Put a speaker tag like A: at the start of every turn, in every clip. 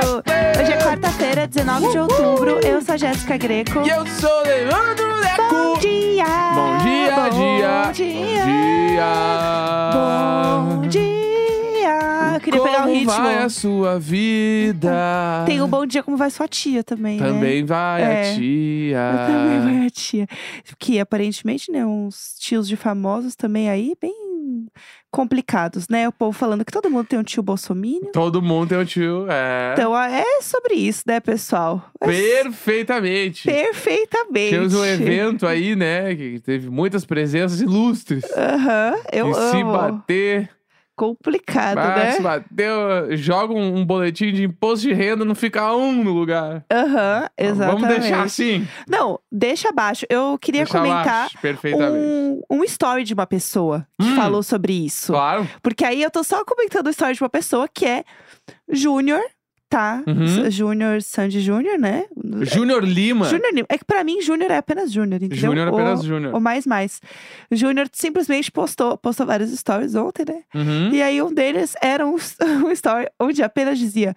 A: um Hoje é quarta-feira, 19 de outubro. Eu sou a Jéssica Greco.
B: E eu sou Leandro Leco.
A: Bom dia!
B: Bom dia, dia.
A: Bom dia! Bom dia! Eu queria
B: Como
A: pegar o ritmo.
B: vai a sua vida?
A: Tem o bom dia, como vai sua tia também. né?
B: Também vai
A: É.
B: a Ah. tia.
A: Mas também vai a tia. Que aparentemente, né, uns tios de famosos também aí, bem complicados, né? O povo falando que todo mundo tem um tio bolsominion.
B: Todo mundo tem um tio. É.
A: Então é sobre isso, né, pessoal? É
B: Perfeitamente.
A: Perfeitamente.
B: Temos um evento aí, né? Que teve muitas presenças ilustres.
A: Aham, eu
B: e
A: amo.
B: se bater,
A: Complicado,
B: ah,
A: né?
B: se bateu, joga um, um boletim de imposto de renda, não fica um no lugar.
A: Aham, exatamente.
B: Vamos deixar assim.
A: Não, deixa abaixo. Eu queria
B: Deixar
A: comentar
B: abaixo, perfeitamente.
A: um, um story de uma pessoa que
B: Hum.
A: falou sobre isso.
B: Claro.
A: Porque aí eu tô só comentando a história de uma pessoa que é Júnior, tá?
B: Uhum.
A: S- Júnior, Sandy Júnior, né?
B: Júnior Lima.
A: Júnior Lima. É que pra mim, Júnior é apenas Júnior, entendeu?
B: Júnior apenas
A: ou,
B: Júnior.
A: ou mais, mais. Júnior simplesmente postou, postou vários stories ontem, né?
B: Uhum.
A: E aí um deles era um, um story onde apenas dizia: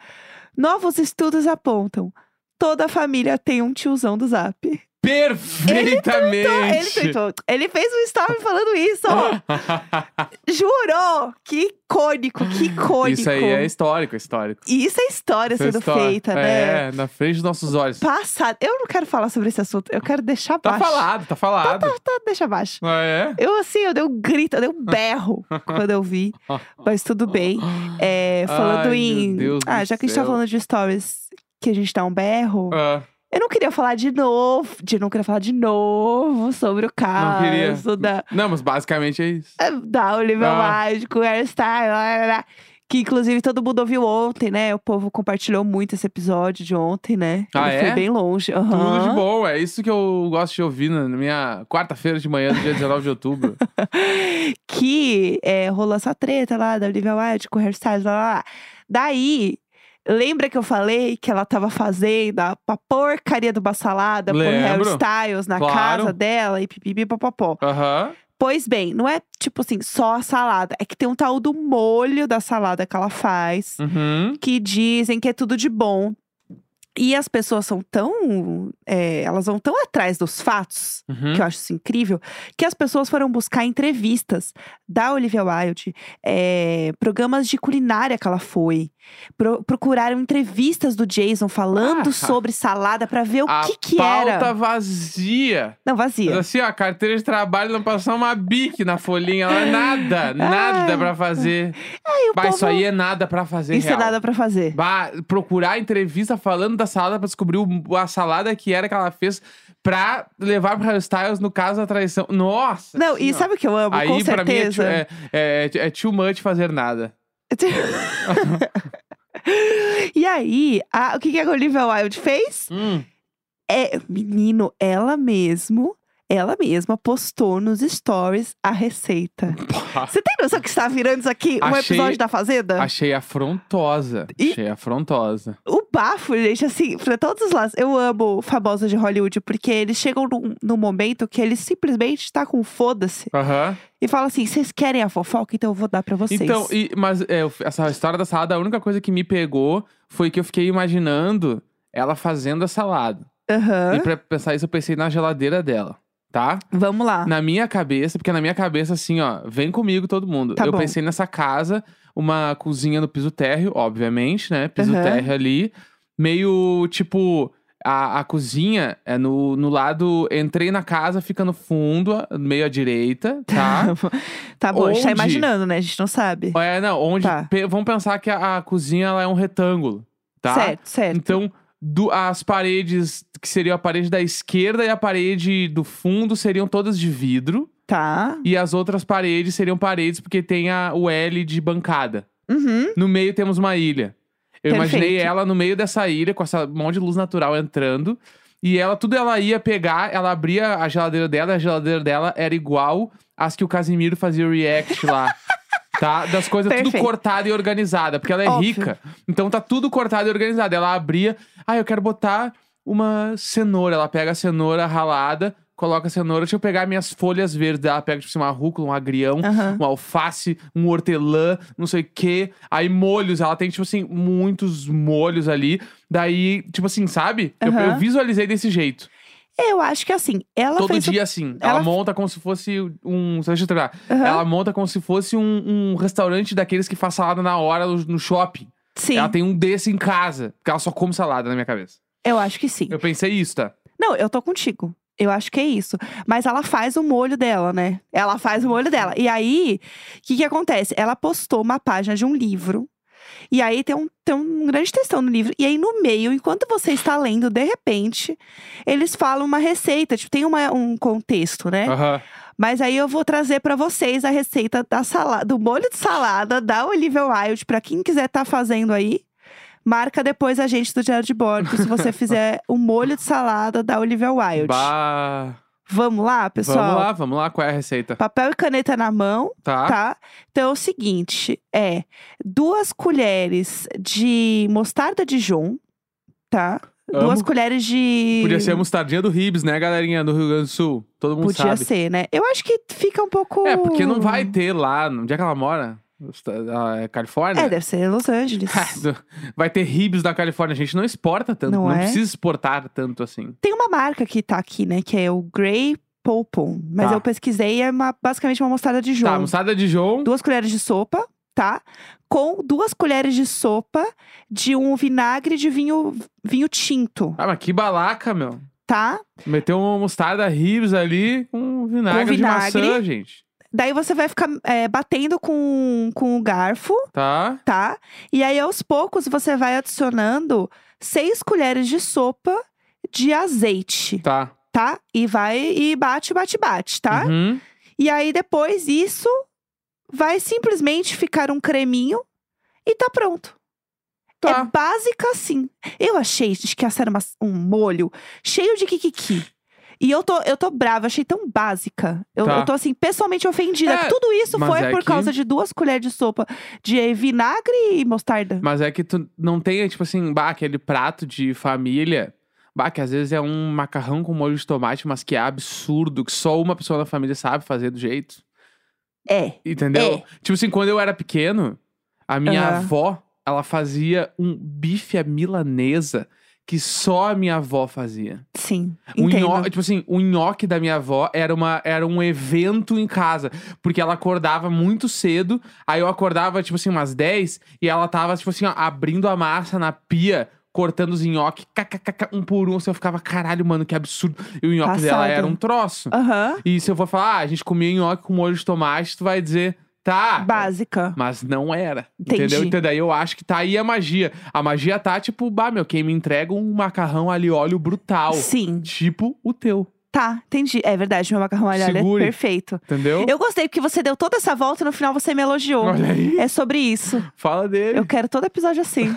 A: Novos estudos apontam. Toda família tem um tiozão do zap.
B: Perfeitamente.
A: Ele tweetou, ele fez um story falando isso, ó. Jurou! Que icônico, que icônico.
B: Isso aí é histórico, é histórico.
A: E isso é história
B: Isso é
A: sendo
B: histórico.
A: feita, né?
B: É, na frente dos nossos olhos.
A: Passado. Eu não quero falar sobre esse assunto, eu quero deixar
B: Tá
A: baixo.
B: falado, tá falado.
A: Tá, deixa baixo.
B: Ah, é?
A: Eu, assim, eu dei um grito, eu dei um berro quando eu vi, mas tudo bem. É, falando
B: Ai,
A: em.
B: meu Deus
A: ah,
B: do
A: já que a gente tá
B: céu.
A: falando de stories que a gente dá um berro,
B: Ah,
A: eu não queria falar de novo. De não queria falar de novo sobre o caso
B: queria.
A: da,
B: não, mas basicamente é isso.
A: da Oliver
B: Ah.
A: Mágico, Hairstyle, lá, lá, lá, que inclusive todo mundo ouviu ontem, né? O povo compartilhou muito esse episódio de ontem, né?
B: Ah,
A: Ele
B: é?
A: foi bem longe.
B: Tudo de
A: aham.
B: bom, é isso que eu gosto de ouvir na na minha quarta-feira de manhã, do dia 19 de outubro.
A: que é, rolou essa treta lá da Olivia Wilde com o hairstyle, lá, lá, lá. Daí, lembra que eu falei que ela tava fazendo a, a porcaria de uma salada por
B: Lembro.
A: hairstyles na
B: Claro.
A: casa dela e pipipi papapó.
B: Aham.
A: Pois bem, não é tipo assim, só a salada. É que tem um tal do molho da salada que ela faz,
B: Uhum.
A: que dizem que é tudo de bom. E as pessoas são tão. é, elas vão tão atrás dos fatos
B: Uhum.
A: que eu acho isso incrível, que as pessoas foram buscar entrevistas da Olivia Wilde, eh, programas de culinária que ela foi, pro- procuraram entrevistas do Jason falando
B: Ah.
A: sobre salada pra ver o
B: A
A: que que
B: pauta
A: era.
B: vazia.
A: Não,
B: Mas
A: vazia.
B: assim, ó, a carteira de trabalho não passou uma bique na folhinha lá, nada, nada pra fazer.
A: Aí o
B: Bah,
A: povo,
B: isso aí é nada pra fazer,
A: isso é
B: real.
A: nada pra fazer.
B: Bah, procurar entrevista falando da salada pra descobrir o- a salada que era que ela fez pra levar pro Hairstyles no caso da traição. Nossa!
A: Não, e
B: Senhora.
A: sabe o que eu amo?
B: Aí
A: Com
B: pra mim é, too-
A: certeza.
B: é, é, é too much fazer nada. tipo, é.
A: e aí, a- o que, que a Olivia Wilde fez?
B: Hum,
A: É, menino, ela mesmo, ela mesma postou nos stories a receita.
B: pá,
A: Você tem noção que está virando isso aqui um
B: Achei-
A: episódio da Fazenda?
B: achei afrontosa.
A: E-
B: Achei afrontosa.
A: O bafo, gente, assim, pra todos os lados. Eu amo famosos de Hollywood, porque eles chegam num, num momento que eles simplesmente tá com foda-se
B: Aham.
A: e falam assim: vocês querem a fofoca? Então eu vou dar pra vocês.
B: Então, e- mas é, eu- essa história da salada, a única coisa que me pegou foi que eu fiquei imaginando ela fazendo a salada.
A: Aham.
B: E pra pensar isso, eu pensei na geladeira dela, tá?
A: Vamos lá.
B: Na minha cabeça, porque na minha cabeça, assim, ó, vem comigo todo mundo.
A: Tá
B: eu
A: bom.
B: pensei nessa casa, uma cozinha no piso térreo, obviamente, né? Piso
A: Aham.
B: térreo ali. Meio tipo. A, a cozinha é no, no lado. Entrei na casa, fica no fundo, a- meio à direita, tá?
A: tá bom, a gente tá
B: Onde?
A: imaginando, né? A gente não sabe.
B: É, não, onde.
A: Tá.
B: pe- vamos pensar que a, a cozinha ela é um retângulo, tá?
A: Certo, certo.
B: Então, do- as paredes, que seria a parede da esquerda e a parede do fundo, seriam todas de vidro.
A: Tá.
B: E as outras paredes seriam paredes, porque tem a, o L de bancada.
A: Uhum.
B: No meio temos uma ilha. Eu imaginei
A: Perfeito.
B: ela no meio dessa ilha, com essa mão de luz natural entrando. E ela, tudo ela ia pegar, ela abria a geladeira dela, a geladeira dela era igual às que o Casimiro fazia o react lá. Tá? Das coisas tudo
A: Perfeito.
B: cortada e organizada, porque ela é
A: Óbvio.
B: rica. Então tá tudo cortado e organizado. Ela abria, ah, eu quero botar uma cenoura. Ela pega a cenoura ralada, coloca a cenoura. Deixa eu pegar minhas folhas verdes. Ela pega, tipo assim, uma rúcula, um agrião,
A: Aham.
B: um alface, um hortelã, não sei o quê. Aí molhos, ela tem, tipo assim, muitos molhos ali. Daí, tipo assim, sabe? Eu- Eu,
A: Aham.
B: visualizei desse jeito.
A: Eu acho que assim, ela
B: Todo
A: fez. o-
B: dia, assim. Ela,
A: ela-
B: monta como se fosse um. Deixa eu terminar.
A: Aham.
B: Ela monta como se fosse um, um restaurante daqueles que faz salada na hora no, no shopping.
A: Sim,
B: Ela tem um desse em casa. Porque ela só come salada na minha cabeça.
A: eu acho que sim.
B: Eu pensei isso, tá?
A: Não, eu tô contigo. Eu acho que é isso. Mas ela faz o molho dela, né? Ela faz o molho dela. E aí, o que, que acontece? Ela postou uma página de um livro. E aí tem um, tem um grande textão no livro. E aí, no meio, enquanto você está lendo, de repente, eles falam uma receita. Tipo, tem uma- um contexto, né?
B: Aham.
A: Mas aí eu vou trazer pra vocês a receita da salada, do molho de salada da Olivia Wilde, pra quem quiser tá fazendo aí. Marca depois a gente do Diário de Bordo se você fizer o molho de salada da Olivia Wilde.
B: Bah.
A: Vamos lá, pessoal.
B: Vamos lá, vamos lá. Qual é a receita?
A: Papel e caneta na mão,
B: Tá.
A: tá? Então é o seguinte, é duas colheres de mostarda de Dijon, tá?
B: Amo.
A: Duas colheres de
B: Podia ser um, a mostardinha do Ribs, né, galerinha do Rio Grande do Sul? Todo mundo
A: Podia
B: sabe.
A: ser, né? Eu acho que fica um pouco
B: É, porque não vai ter lá. Onde é que ela mora? Nos Esta- ah, é Califórnia?
A: É, deve ser Los Angeles.
B: Vai ter ribs da Califórnia. A gente não exporta tanto.
A: Não
B: não
A: é?
B: precisa exportar tanto assim.
A: Tem uma marca que tá aqui, né? Que é o Grey Popon. Mas
B: Tá.
A: eu pesquisei e é uma- basicamente uma mostarda de
B: Tá,
A: João.
B: moçada de João.
A: duas colheres de sopa, tá? Com duas colheres de sopa de um vinagre de vinho, vinho tinto,
B: Ah, mas que balaca, meu.
A: tá?
B: Meteu uma mostarda ribs ali com vinagre,
A: Com
B: de maçã,
A: vinagre.
B: gente.
A: Daí você vai ficar é, batendo com, com o garfo,
B: Tá?
A: tá? E aí, aos poucos, você vai adicionando seis colheres de sopa de azeite,
B: Tá.
A: tá? E vai e bate, bate, bate, tá?
B: Uhum.
A: E aí, depois isso vai simplesmente ficar um creminho e tá pronto. É
B: Tá.
A: básica assim. Eu achei gente, que essa era uma- um molho cheio de kikiki. E eu tô, eu tô brava, achei tão básica. Eu,
B: Tá.
A: eu tô, assim, pessoalmente ofendida.
B: É,
A: Tudo isso
B: mas
A: foi
B: é
A: por
B: que-
A: causa de duas colheres de sopa de vinagre e mostarda.
B: Mas é que tu não tem, tipo assim, bah, aquele prato de família. Bah, que às vezes é um macarrão com molho de tomate, mas que é absurdo, que só uma pessoa da família sabe fazer do jeito.
A: É.
B: Entendeu?
A: É.
B: Tipo assim, quando eu era pequeno, a minha
A: Aham.
B: avó, ela fazia um bife à milanesa que só a minha avó fazia.
A: Sim.
B: O
A: entendo.
B: nho- tipo assim, o nhoque da minha avó era, uma, era um evento em casa. Porque ela acordava muito cedo, aí eu acordava, tipo assim, umas 10, e ela tava, tipo assim, ó, abrindo a massa na pia, cortando os nhoques, kkk, um por um. Assim, eu ficava, caralho, mano, que absurdo. E o nhoque dela
A: Passada.
B: era um troço.
A: Aham.
B: E se eu for falar, ah, a gente comia nhoque com molho de tomate, tu vai dizer, tá.
A: Básica.
B: Mas não era.
A: Entendi.
B: Entendeu? Então daí eu acho que tá aí a magia. A magia tá tipo, bah, meu, quem me entrega um macarrão ali óleo brutal.
A: Sim.
B: Tipo o teu,
A: Tá, entendi. É verdade, meu macarrão alho é
B: Segure.
A: perfeito.
B: entendeu?
A: Eu gostei porque você deu toda essa volta e no final você me elogiou.
B: Olha aí,
A: É sobre isso.
B: fala dele.
A: Eu quero todo episódio assim.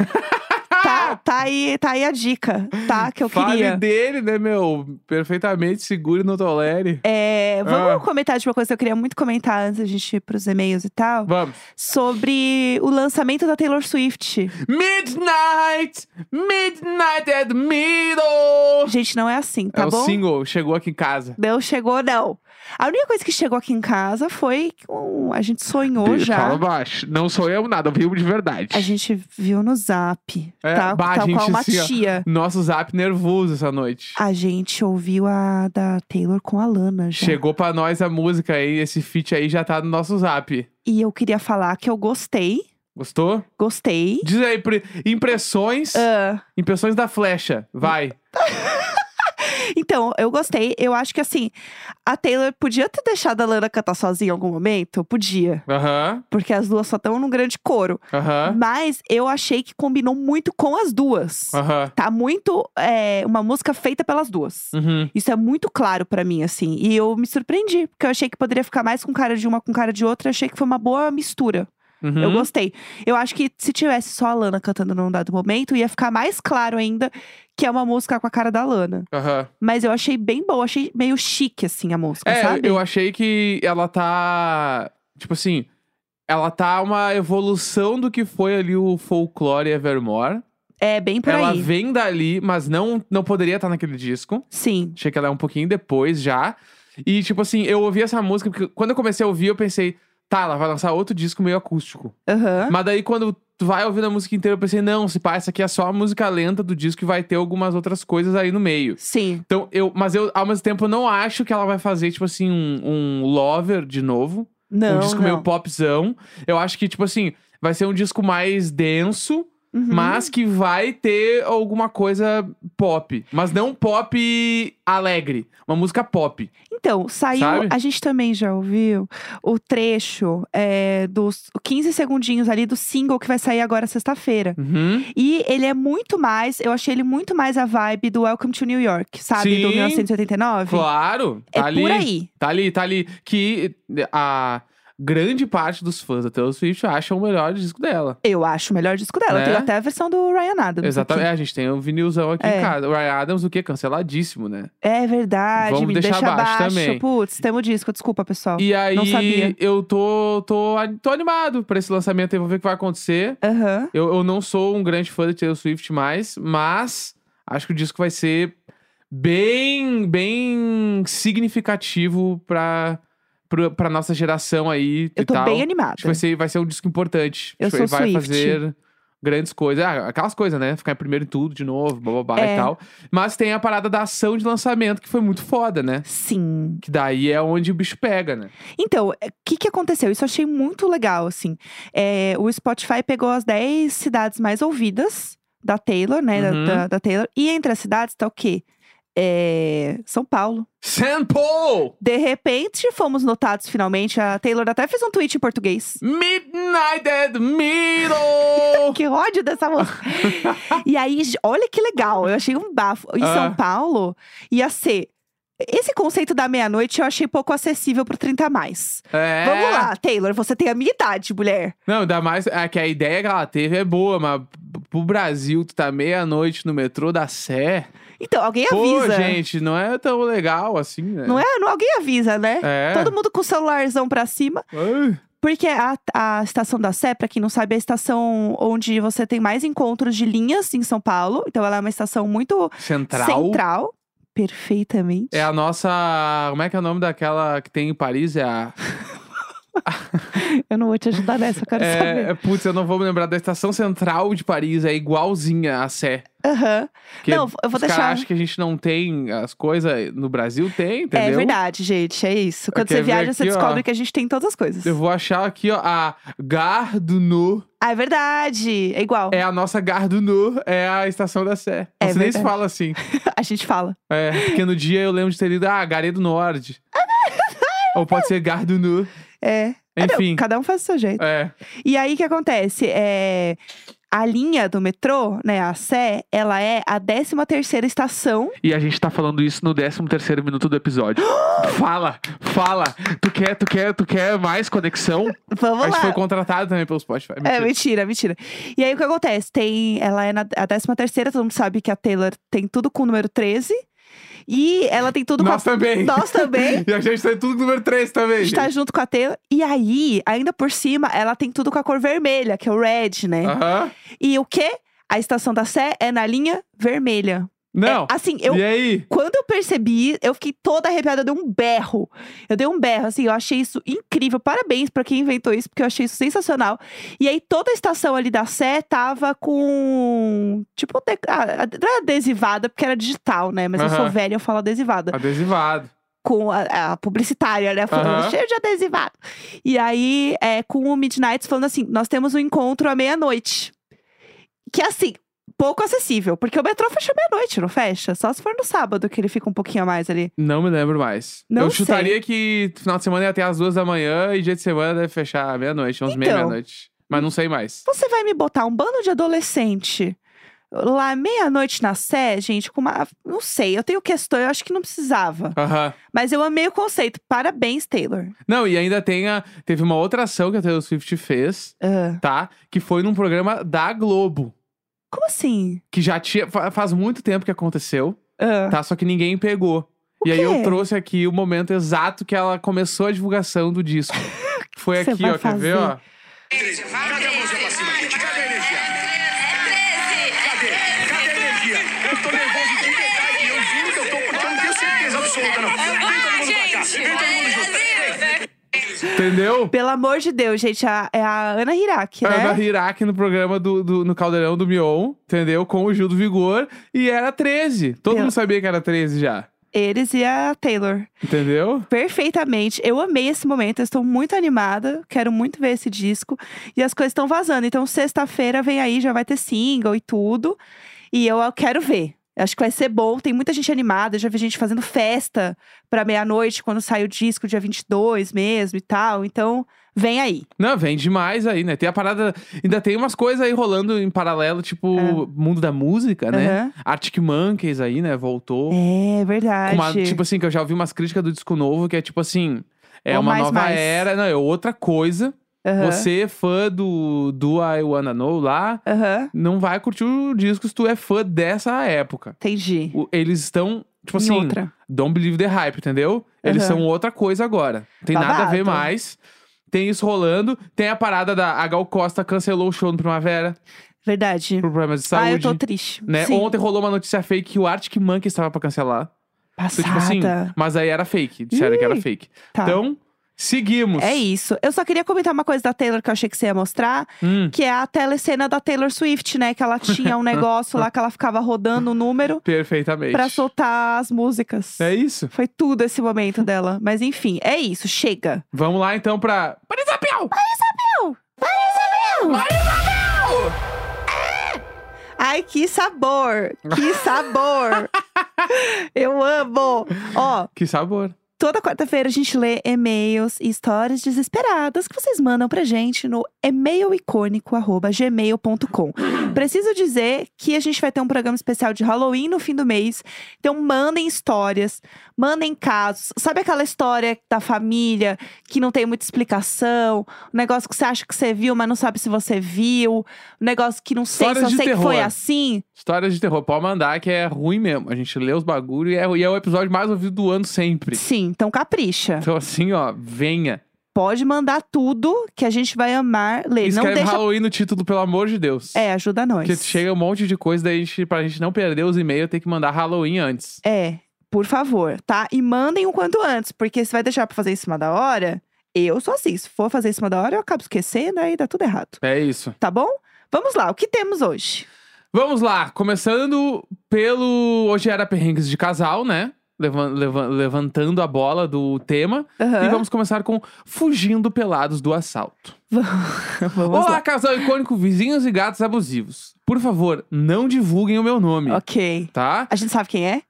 A: tá, tá aí, tá aí a dica, tá? Que eu
B: fale
A: queria.
B: dele, né, meu? Perfeitamente segure, não tolere.
A: É, vamos
B: Ah.
A: comentar de uma coisa que eu queria muito comentar antes da gente ir pros e-mails e tal.
B: Vamos.
A: Sobre o lançamento da Taylor Swift.
B: Midnight! Midnight at the middle!
A: Gente, não é assim, tá
B: é
A: bom?
B: o single, chegou aqui em casa.
A: Não chegou, não. A única coisa que chegou aqui em casa foi que um, a gente sonhou
B: Ih, Fala
A: já.
B: baixo. Não sou eu nada, ouvimos de verdade.
A: A gente viu no zap,
B: É,
A: tá?
B: bah, a
A: tal qual
B: gente,
A: uma
B: assim, ó.
A: tia.
B: Nosso zap nervoso essa noite.
A: A gente ouviu a da Taylor com a Lana já.
B: Chegou pra nós a música aí, esse feat aí já tá no nosso zap.
A: E eu queria falar que eu gostei.
B: Gostou?
A: Gostei.
B: Diz aí, pre- impressões.
A: Ah,
B: Impressões da flecha. Vai.
A: Então, eu gostei. Eu acho que assim, a Taylor podia ter deixado a Lana cantar sozinha em algum momento. Podia.
B: Aham,
A: Porque as duas só estão num grande coro.
B: aham,
A: Mas eu achei que combinou muito com as duas.
B: aham.
A: Tá muito. é, uma música feita pelas duas.
B: Uhum.
A: Isso é muito claro pra mim, assim. E eu me surpreendi, porque eu achei que poderia ficar mais com cara de uma com cara de outra. Eu achei que foi uma boa mistura.
B: Uhum.
A: Eu gostei. Eu acho que se tivesse só a Lana cantando num dado momento, ia ficar mais claro ainda que é uma música com a cara da Lana.
B: Aham.
A: Mas eu achei bem boa, achei meio chique, assim, a música,
B: É,
A: sabe?
B: eu achei que ela tá. Tipo assim, ela tá uma evolução do que foi ali o folclore Evermore.
A: É bem por
B: Ela
A: aí.
B: vem dali, mas não, não poderia estar naquele disco.
A: Sim.
B: Achei que ela é um pouquinho depois já. E, tipo assim, eu ouvi essa música, porque quando eu comecei a ouvir, eu pensei, tá, ela vai lançar outro disco meio acústico.
A: Aham.
B: Mas daí, quando tu vai ouvindo a música inteira, eu pensei, não, se pá, essa aqui é só a música lenta do disco e vai ter algumas outras coisas aí no meio.
A: Sim.
B: Então, eu, mas eu, ao mesmo tempo, eu não acho que ela vai fazer, tipo assim, um, um lover de novo.
A: Não.
B: um disco
A: não.
B: meio popzão. Eu acho que, tipo assim, vai ser um disco mais denso,
A: Uhum.
B: mas que vai ter alguma coisa pop. Mas não pop alegre. Uma música pop.
A: Então, saiu.
B: Sabe?
A: A gente também já ouviu o trecho é, dos 15 segundinhos ali do single que vai sair agora sexta-feira.
B: Uhum.
A: E ele é muito mais, eu achei ele muito mais a vibe do Welcome to New York, sabe? Do
B: Sim.
A: 1989.
B: Claro.
A: É
B: Tá ali.
A: por aí.
B: Tá ali, tá ali. Que a grande parte dos fãs da Taylor Swift acham o melhor disco dela.
A: Eu acho o melhor disco dela.
B: Né?
A: Eu tenho até a versão do Ryan Adams.
B: Exatamente.
A: aqui.
B: É, a gente tem o vinilzão aqui
A: É.
B: em casa. O Ryan Adams, o quê? Canceladíssimo, né?
A: É verdade,
B: Vamos
A: me
B: deixar
A: deixa
B: abaixo
A: abaixo.
B: também.
A: Putz, temos o disco, desculpa, pessoal.
B: E aí,
A: sabia.
B: eu tô, tô, tô animado pra esse lançamento aí. Vou ver o que vai acontecer.
A: Aham.
B: Eu, eu não sou um grande fã de Taylor Swift mais, mas acho que o disco vai ser bem, bem significativo pra, pra, pra nossa geração aí e
A: Eu tô
B: tal.
A: bem
B: Acho
A: animada.
B: que vai ser, vai ser um disco importante.
A: Eu
B: acho que
A: sou
B: vai
A: Swift.
B: fazer grandes coisas. Ah, aquelas coisas, né? Ficar em primeiro em tudo de novo, bababá
A: É.
B: e tal. Mas tem a parada da ação de lançamento, que foi muito foda, né?
A: Sim.
B: Que daí é onde o bicho pega, né?
A: Então, o que, que aconteceu? Isso eu achei muito legal, assim. É, o Spotify pegou as 10 cidades mais ouvidas da Taylor, né? da-
B: Uhum.
A: Da, da Taylor. E entre as cidades tá o quê? É, São Paulo.
B: Sam Paul!
A: De repente, fomos notados finalmente. A Taylor até fez um tweet em português.
B: Midnight at the Middle!
A: Que ódio dessa música. e aí, j- olha que legal. Eu achei um bafo. Em
B: Ah.
A: São Paulo, ia ser. Esse conceito da meia-noite eu achei pouco acessível pro 30 a mais.
B: É.
A: Vamos lá, Taylor, você tem a minha idade, mulher.
B: Não, ainda mais é que a ideia que ela teve é boa, mas p- pro Brasil, tu tá meia-noite no metrô da Sé.
A: Então, alguém
B: Pô,
A: avisa.
B: gente, não é tão legal assim, né?
A: Não é? Não, alguém avisa, né?
B: É.
A: Todo mundo com o celularzão pra cima.
B: Ai,
A: Porque a, a estação da Sé, pra quem não sabe, é a estação onde você tem mais encontros de linhas em São Paulo. Então ela é uma estação muito
B: Central.
A: central. Perfeitamente.
B: É a nossa. Como é que é o nome daquela que tem em Paris? É a.
A: Eu não vou te ajudar nessa, eu quero saber.
B: É, é, putz, eu não vou me lembrar da estação central de Paris, é igualzinha a Sé.
A: Aham.
B: Que
A: Não, eu vou
B: os
A: deixar-
B: Cara acha que a gente não tem as coisas no Brasil, tem, entendeu?
A: É verdade, gente. É isso. Quando
B: Quer
A: você
B: ver
A: viaja, você
B: aqui, ó?
A: descobre que a gente tem todas as coisas.
B: Eu vou achar aqui, ó, a Gare du Nord.
A: Ah, é verdade. É igual.
B: É a nossa Gare du Nord, é a estação da Sé.
A: É
B: Você nem se
A: verdade.
B: fala assim.
A: A gente fala.
B: É, porque no dia eu lembro de ter lido, ah, Gare do Norte. Ou pode ser Gare du Nord.
A: É. É, não,
B: Enfim,
A: cada um faz do seu jeito.
B: é.
A: E aí, o que acontece? É... A linha do metrô, né, a Sé, ela é a 13 terceira estação.
B: E a gente tá falando isso no 13 terceiro minuto do episódio. fala, fala. Tu quer, tu quer, tu quer mais conexão?
A: Vamos
B: a gente
A: lá.
B: foi contratado também pelo Spotify.
A: É,
B: mentira.
A: mentira, mentira. E aí, o que acontece? Tem, ela é na, a 13 terceira, todo mundo sabe que a Taylor tem tudo com o número 13. E ela tem tudo
B: Nós
A: com a...
B: também.
A: Nós também.
B: E a gente tá em tudo número 3 também.
A: está
B: gente.
A: junto com a Taylor. E aí, ainda por cima, ela tem tudo com a cor vermelha, que é o red, né?
B: Aham.
A: E o quê? A estação da Sé é na linha vermelha.
B: Não.
A: É, assim, eu.
B: E aí?
A: Quando eu percebi, eu fiquei toda arrepiada, eu dei um berro. Eu dei um berro, assim, eu achei isso incrível. Parabéns pra quem inventou isso, porque eu achei isso sensacional. E aí, toda a estação ali da Sé tava com. Tipo, de- ah, não era adesivada, porque era digital, né? Mas eu sou
B: Aham.
A: velha, eu falo adesivada
B: Adesivado.
A: com a, a publicitária, né? Falando,
B: Aham.
A: cheio de adesivado. E aí, é, com o Midnight falando assim: nós temos um encontro à meia-noite. Que é assim, pouco acessível, porque o metrô fecha à meia-noite, não fecha? Só se for no sábado que ele fica um pouquinho a mais ali.
B: Não me lembro mais.
A: Não
B: eu
A: sei.
B: chutaria que final de semana ia até às duas da manhã e dia de semana deve fechar meia-noite, onze e meia,
A: Então.
B: meia-noite. Mas não sei mais.
A: Você vai me botar um bando de adolescente lá meia-noite na Sé, gente, com uma. Não sei, eu tenho questão, eu acho que não precisava.
B: Aham.
A: Mas eu amei o conceito. Parabéns, Taylor.
B: Não, e ainda tem a. Teve uma outra ação que a Taylor Swift fez,
A: Ah,
B: tá? Que foi num programa da Globo.
A: como assim?
B: Que já tinha. fa- Faz muito tempo que aconteceu,
A: Ah,
B: tá? Só que ninguém pegou.
A: O
B: e aí eu
A: quê?
B: trouxe aqui o momento exato que ela começou a divulgação do disco. Que Foi
A: Você
B: aqui,
A: vai
B: ó. Quer ver, ó?
C: Cadê a mãozinha pra cima, gente? Cadê a energia? Cadê?
B: Entendeu?
A: Pelo amor de Deus, gente, a- é a Ana Hirak, né?
B: Ana Hirak no programa do, do- no Caldeirão do Mion, entendeu? Com o Gil do Vigor. E era 13. Todo
A: Eu-
B: mundo sabia que era 13 já.
A: Eles e a Taylor.
B: Entendeu?
A: Perfeitamente. Eu amei esse momento, eu estou muito animada, quero muito ver esse disco. E as coisas estão vazando. Então, sexta-feira vem aí, já vai ter single e tudo. E eu quero ver. Acho que vai ser bom. Tem muita gente animada. Já vi gente fazendo festa pra meia-noite, quando sai o disco, dia 22 mesmo e tal. Então, vem aí.
B: Não, vem demais aí, né? Tem a parada. Ainda tem umas coisas aí rolando em paralelo, tipo,
A: É.
B: mundo da música, né?
A: Aham.
B: Arctic Monkeys aí, né? Voltou.
A: É
B: Com
A: verdade.
B: uma- tipo assim, que eu já ouvi umas críticas do disco novo, que é tipo assim. É
A: Ou
B: uma
A: mais,
B: nova
A: mais.
B: era. Não, é outra coisa.
A: Aham,
B: Você, é fã do, do I Wanna Know lá,
A: aham.
B: não vai curtir o disco se tu é fã dessa época.
A: Entendi.
B: O- eles estão, tipo
A: Em
B: assim,
A: outra.
B: don't believe the hype, entendeu? Eles
A: Aham.
B: são outra coisa agora. Tem nada a ver
A: Babado.
B: mais. Tem isso rolando. Tem a parada da a Gal Costa cancelou o show no Primavera
A: Verdade.
B: por problemas de
A: Ah,
B: saúde.
A: eu tô triste.
B: né?
A: Sim.
B: Ontem rolou uma notícia fake que o Arctic Monkey estava pra cancelar. Então,
A: Passada.
B: tipo assim, mas aí era fake. Disseram que era fake.
A: Tá.
B: Então, seguimos.
A: É isso. Eu só queria comentar uma coisa da Taylor que eu achei que você ia mostrar,
B: Hum,
A: que é a telecena da Taylor Swift, né? Que ela tinha um negócio lá que ela ficava rodando o número
B: perfeitamente.
A: pra soltar as músicas.
B: É isso.
A: Foi tudo esse momento dela. Mas enfim, é isso. Chega.
B: Vamos lá então pra. Marisa Pel!
A: Ai, que sabor! Que sabor! eu amo! Ó,
B: Que sabor.
A: Toda quarta-feira a gente lê e-mails e histórias desesperadas que vocês mandam pra gente no e-mailicônico.gmail.com. Preciso dizer que a gente vai ter um programa especial de Halloween no fim do mês. Então mandem histórias, mandem casos. Sabe aquela história da família que não tem muita explicação? Um negócio que você acha que você viu, mas não sabe se você viu. Um negócio que não sei,
B: Histórias
A: só
B: de
A: sei que foi
B: terror.
A: assim.
B: Histórias de terror, pode mandar, que é ruim mesmo. A gente lê os bagulho e é, e é o episódio mais ouvido do ano sempre.
A: Sim, então capricha.
B: Então, assim, ó, venha.
A: Pode mandar tudo que a gente vai amar ler.
B: Escreve
A: não deixa
B: Halloween no título, pelo amor de Deus.
A: É, ajuda nós.
B: Porque chega um monte de coisa, daí a gente, pra gente não perder os e-mails, tem que mandar Halloween antes.
A: É, por favor, tá? E mandem o quanto antes, porque se vai deixar pra fazer em cima da hora, eu sou assim. Se for fazer em cima da hora, eu acabo esquecendo, aí dá tudo errado.
B: É isso.
A: Tá bom? Vamos lá, o que temos hoje?
B: Vamos lá, começando pelo. Hoje era Perrengues de Casal, né? Levan- levan- levantando a bola do tema.
A: Aham.
B: E vamos começar com Fugindo Pelados do Assalto.
A: Vamos, vamos
B: Olá,
A: lá.
B: casal icônico, vizinhos e gatos abusivos. Por favor, não divulguem o meu nome,
A: Ok.
B: tá?
A: A gente sabe quem é?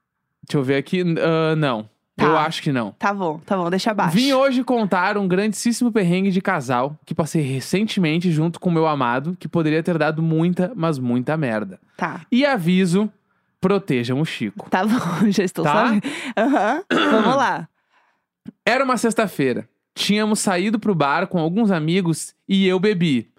B: Deixa eu ver aqui. ah, não.
A: Tá.
B: Eu acho que não.
A: Tá bom, tá bom, deixa abaixo.
B: Vim hoje contar um grandíssimo perrengue de casal que passei recentemente junto com meu amado, que poderia ter dado muita, mas muita merda.
A: Tá.
B: E aviso: protejam o Chico.
A: Tá bom, já estou
B: Tá?
A: sabendo. Aham, vamos lá.
B: Era uma sexta-feira. Tínhamos saído pro bar com alguns amigos e eu bebi.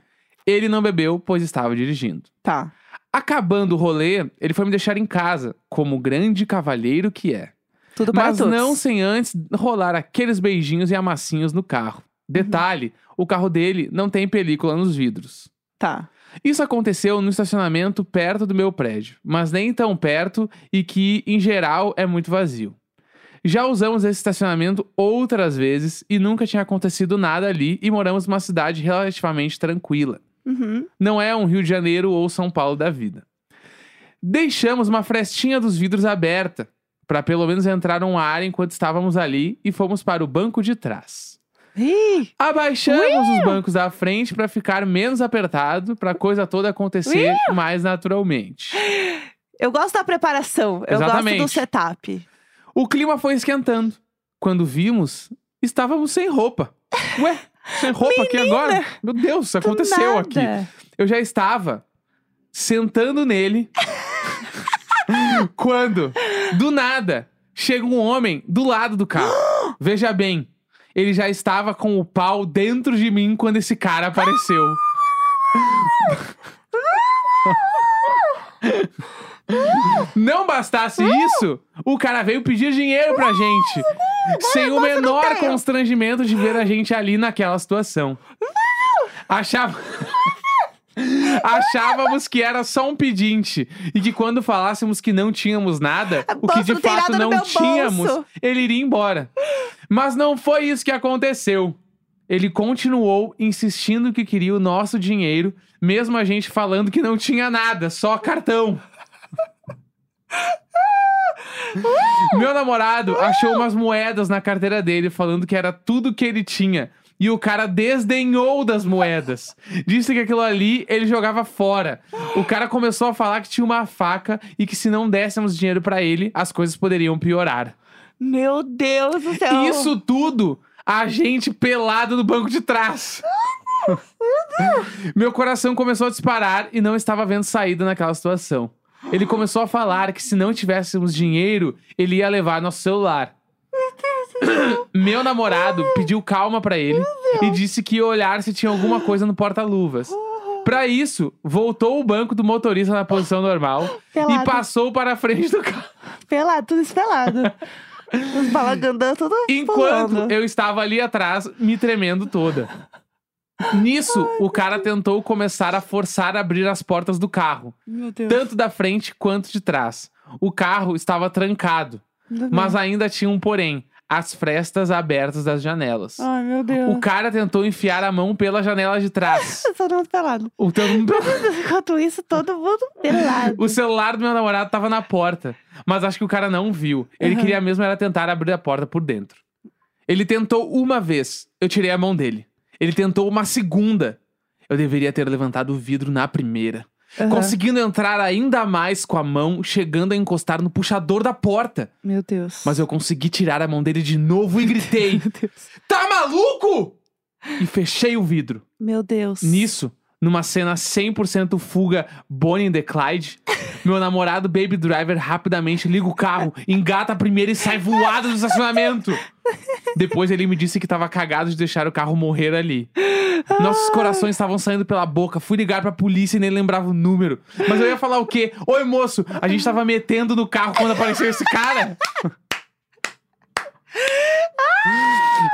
B: Ele não bebeu, pois estava dirigindo.
A: Tá.
B: Acabando o rolê, ele foi me deixar em casa, como grande cavalheiro que é.
A: Tudo para
B: Mas
A: todos.
B: não sem antes rolar aqueles beijinhos e amassinhos no carro. Detalhe, o carro dele não tem película nos vidros.
A: Tá.
B: Isso aconteceu no estacionamento perto do meu prédio, mas nem tão perto e que, em geral, é muito vazio. Já usamos esse estacionamento outras vezes e nunca tinha acontecido nada ali e moramos numa cidade relativamente tranquila.
A: Uhum.
B: Não é um Rio de Janeiro ou São Paulo da vida. Deixamos uma frestinha dos vidros aberta para pelo menos entrar um ar enquanto estávamos ali e fomos para o banco de trás.
A: Ih,
B: Abaixamos os bancos da frente para ficar menos apertado, para coisa toda acontecer mais naturalmente.
A: eu gosto da preparação, eu gosto do
B: Exatamente.
A: setup.
B: O clima foi esquentando. Quando vimos, estávamos sem roupa. Ué, sem roupa aqui agora? Meu Deus, isso
A: Do
B: aconteceu
A: nada.
B: aqui. Eu já estava sentando nele quando, do nada, chega um homem do lado do carro. Veja bem, ele já estava com o pau dentro de mim quando esse cara apareceu. Não bastasse isso, o cara veio pedir dinheiro pra gente. Sem o menor constrangimento de ver a gente ali naquela situação. Achava. Achávamos que era só um pedinte e que quando falássemos que não tínhamos nada, o que
A: Bolso
B: de
A: não tem
B: fato
A: nada no
B: não
A: meu
B: tínhamos,
A: bolso.
B: ele iria embora. Mas não foi isso que aconteceu. Ele continuou insistindo que queria o nosso dinheiro, mesmo a gente falando que não tinha nada, só cartão. Meu namorado achou umas moedas na carteira dele, falando que era tudo que ele tinha. E o cara desdenhou das moedas. Disse que aquilo ali ele jogava fora. O cara começou a falar que tinha uma faca e que se não dessemos dinheiro pra ele, as coisas poderiam piorar.
A: Meu Deus do céu.
B: Isso tudo, a gente pelado no banco de trás. Meu coração começou a disparar e não estava vendo saída naquela situação. Ele começou a falar que se não tivéssemos dinheiro, ele ia levar nosso celular. Meu namorado pediu calma pra ele e disse que ia olhar se tinha alguma coisa no porta-luvas. Pra isso, voltou o banco do motorista na posição normal e
A: Pelado.
B: passou para a frente do carro.
A: Pelado, tudo espelado. Os balagandãs tudo
B: Enquanto
A: pulando.
B: eu estava ali atrás, me tremendo toda. Nisso, o cara tentou começar a forçar a abrir as portas do carro,
A: Meu Deus.
B: tanto da frente quanto de trás. O carro estava trancado,
A: Meu
B: mas ainda tinha um porém: as frestas abertas das janelas.
A: Ai, meu Deus.
B: O cara tentou enfiar a mão pela janela de trás.
A: Todo mundo pelado.
B: O tanto-
A: Enquanto isso, todo mundo pelado.
B: O celular do meu namorado tava na porta, mas acho que o cara não viu. Ele
A: Aham.
B: queria mesmo era tentar abrir a porta por dentro. Ele tentou uma vez, eu tirei a mão dele. Ele tentou uma segunda. Eu deveria ter levantado o vidro na primeira.
A: Aham.
B: Conseguindo entrar ainda mais com a mão, chegando a encostar no puxador da porta.
A: Meu Deus.
B: Mas eu consegui tirar a mão dele de novo e gritei:
A: Meu Deus.
B: Tá maluco? E fechei o vidro.
A: Meu Deus.
B: Nisso, numa cena 100% fuga Bonnie and the Clyde, meu namorado Baby Driver rapidamente liga o carro, engata a primeira e sai voado do estacionamento. Depois ele me disse que tava cagado de deixar o carro morrer ali. Nossos corações estavam saindo pela boca. Fui ligar pra polícia e nem lembrava o número. Mas eu ia falar o quê? Oi, moço, a gente tava metendo no carro quando apareceu esse cara.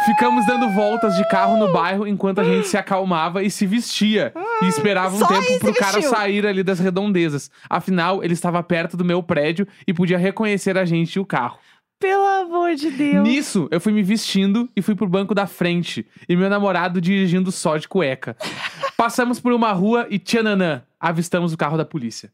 B: Ficamos dando voltas de carro no bairro enquanto a gente se acalmava e se vestia. E esperava um
A: Só aí
B: tempo
A: se
B: pro cara
A: vestiu.
B: sair ali das redondezas. Afinal, ele estava perto do meu prédio e podia reconhecer a gente e o carro.
A: Pelo amor de Deus.
B: Nisso, eu fui me vestindo e fui pro banco da frente. E meu namorado dirigindo só de cueca. Passamos por uma rua e tchananã, avistamos o carro da polícia.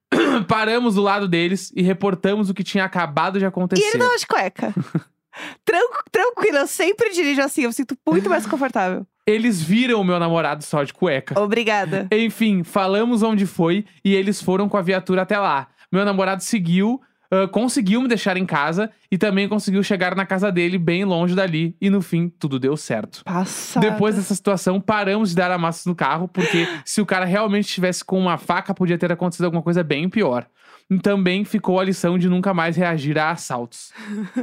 B: Paramos do lado deles e reportamos o que tinha acabado de
A: E
B: acontecer.
A: ele tava de cueca. Tranqu tranquilo, eu sempre dirijo assim, eu me sinto muito mais confortável.
B: Eles viram o meu namorado só de cueca.
A: Obrigada.
B: Enfim, falamos onde foi e eles foram com a viatura até lá. Meu namorado seguiu, ah, conseguiu me deixar em casa e também conseguiu chegar na casa dele bem longe dali. E no fim, tudo deu certo.
A: Passa.
B: Depois dessa situação, paramos de dar amassos no carro, porque se o cara realmente estivesse com uma faca, podia ter acontecido alguma coisa bem pior. E Também ficou a lição de nunca mais reagir a assaltos.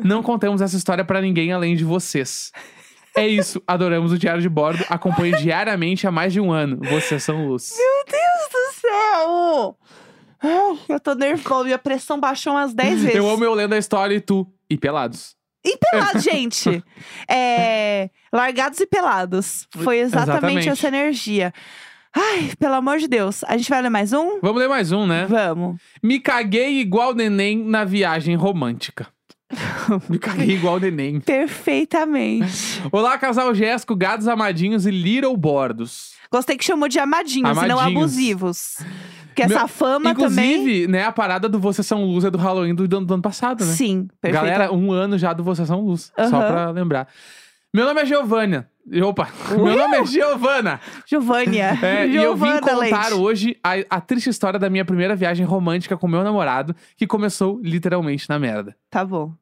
B: Não contamos essa história pra ninguém além de vocês. É isso, adoramos o Diário de Bordo, acompanho diariamente há mais de um ano. Vocês são luz.
A: do céu! Ai, eu tô nervosa, minha pressão baixou umas 10 vezes.
B: Eu amo eu lendo a história e tu. E pelados.
A: E pelados, gente! É, largados e pelados. Foi exatamente,
B: Exatamente.
A: essa energia. Ai, pelo amor de Deus. A gente vai ler mais um?
B: Vamos ler mais um, né?
A: Vamos.
B: Me caguei igual neném na viagem romântica. Me caguei igual neném.
A: Perfeitamente.
B: Olá, casal Jéssico, gados amadinhos e Little Bordos.
A: Gostei que chamou de amadinhos, e não
B: Amadinhos.
A: abusivos. Porque
B: Meu-
A: essa fama também.
B: Inclusive, né, a parada do Vocês São Luz é do Halloween do, do ano passado, né?
A: Sim, perfeito.
B: Galera, um ano já do Vocês São Luz, só
A: Aham.
B: pra lembrar. Meu nome é Giovânia. Opa, meu nome é Giovana.
A: Giovânia.
B: É, e eu vim
A: Giovana
B: contar
A: Leite.
B: hoje a, a triste história da minha primeira viagem romântica com meu namorado, que começou literalmente na merda.
A: Tá bom.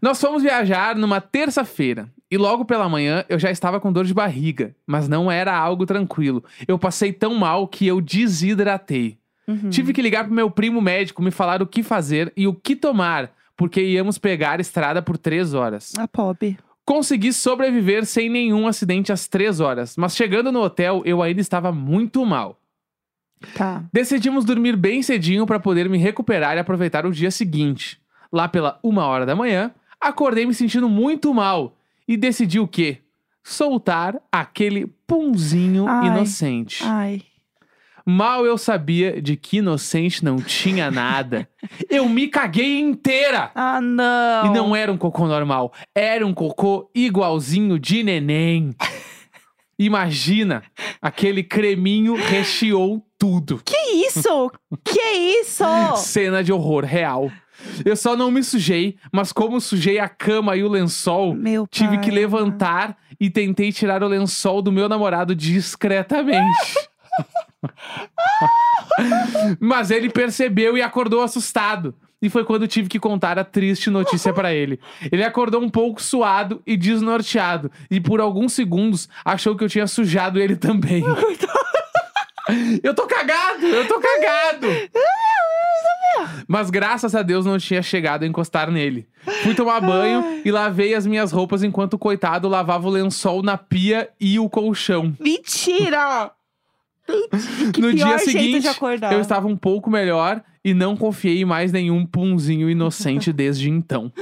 B: Nós fomos viajar numa terça-feira. E logo pela manhã eu já estava com dor de barriga, mas não era algo tranquilo. Eu passei tão mal que eu desidratei.
A: Uhum.
B: Tive que ligar pro meu primo médico me falar o que fazer e o que tomar, porque íamos pegar estrada por três horas.
A: A Pop.
B: Consegui sobreviver sem nenhum acidente às três horas, mas chegando no hotel eu ainda estava muito mal.
A: Tá.
B: Decidimos dormir bem cedinho para poder me recuperar e aproveitar o dia seguinte. Lá pela uma hora da manhã, acordei me sentindo muito mal e decidi o quê? Soltar aquele punzinho
A: Ai.
B: inocente.
A: Ai.
B: Mal eu sabia de que inocente não tinha nada. Eu me caguei inteira!
A: Ah, não.
B: E não era um cocô normal, era um cocô igualzinho de neném. Imagina, aquele creminho recheou tudo.
A: Que isso? que isso?
B: Cena de horror real. Eu só não me sujei, mas como sujei a cama e o lençol,
A: Meu
B: tive
A: pai.
B: que levantar e tentei tirar o lençol do meu namorado discretamente. mas ele percebeu e acordou assustado. E foi quando tive que contar a triste notícia pra ele. Ele acordou um pouco suado e desnorteado, e por alguns segundos achou que eu tinha sujado ele também. eu tô cagado, eu tô cagado. Mas graças a Deus não tinha chegado a encostar nele. Fui tomar banho e lavei as minhas roupas enquanto o coitado lavava o lençol na pia e o colchão.
A: Mentira! Que
B: no
A: pior
B: dia
A: jeito
B: seguinte,
A: de acordar.
B: eu estava um pouco melhor e não confiei em mais nenhum punzinho inocente desde então.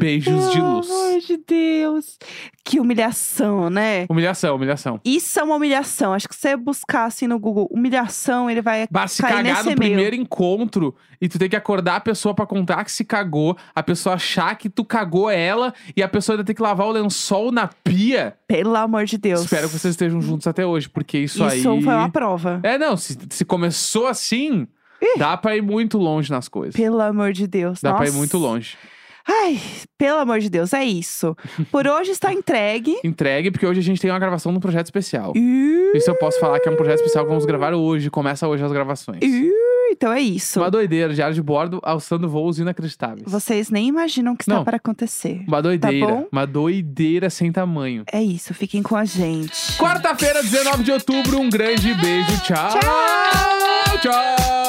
B: Beijos de luz.
A: Pelo amor de Deus. Que humilhação, né?
B: Humilhação, humilhação.
A: Isso é uma humilhação. Acho que se você buscar assim no Google, humilhação, ele vai.
B: Bah, se
A: Cair
B: cagar
A: nesse
B: no
A: e-mail.
B: primeiro encontro e tu tem que acordar a pessoa pra contar que se cagou, a pessoa achar que tu cagou ela e a pessoa ainda tem que lavar o lençol na pia.
A: Pelo amor de Deus.
B: Espero que vocês estejam juntos até hoje, porque isso, aí.
A: foi uma prova.
B: É, não, se, se começou assim, dá pra ir muito longe nas coisas.
A: Pelo amor de Deus.
B: Dá pra ir
A: Nossa.
B: muito longe.
A: Ai, pelo amor de Deus, é isso. Por hoje está entregue.
B: Entregue, porque hoje a gente tem uma gravação de um projeto especial.
A: Ih,
B: Isso eu posso falar que é um projeto especial que vamos gravar hoje. Começa hoje as gravações.
A: ih, Então é isso.
B: Uma doideira, diário de bordo, alçando voos inacreditáveis.
A: Vocês nem imaginam o que está
B: Não.
A: para acontecer.
B: Uma doideira.
A: tá bom?
B: Uma doideira sem tamanho.
A: É isso, fiquem com a gente.
B: Quarta-feira, 19 de outubro. Um grande beijo. Tchau. Tchau.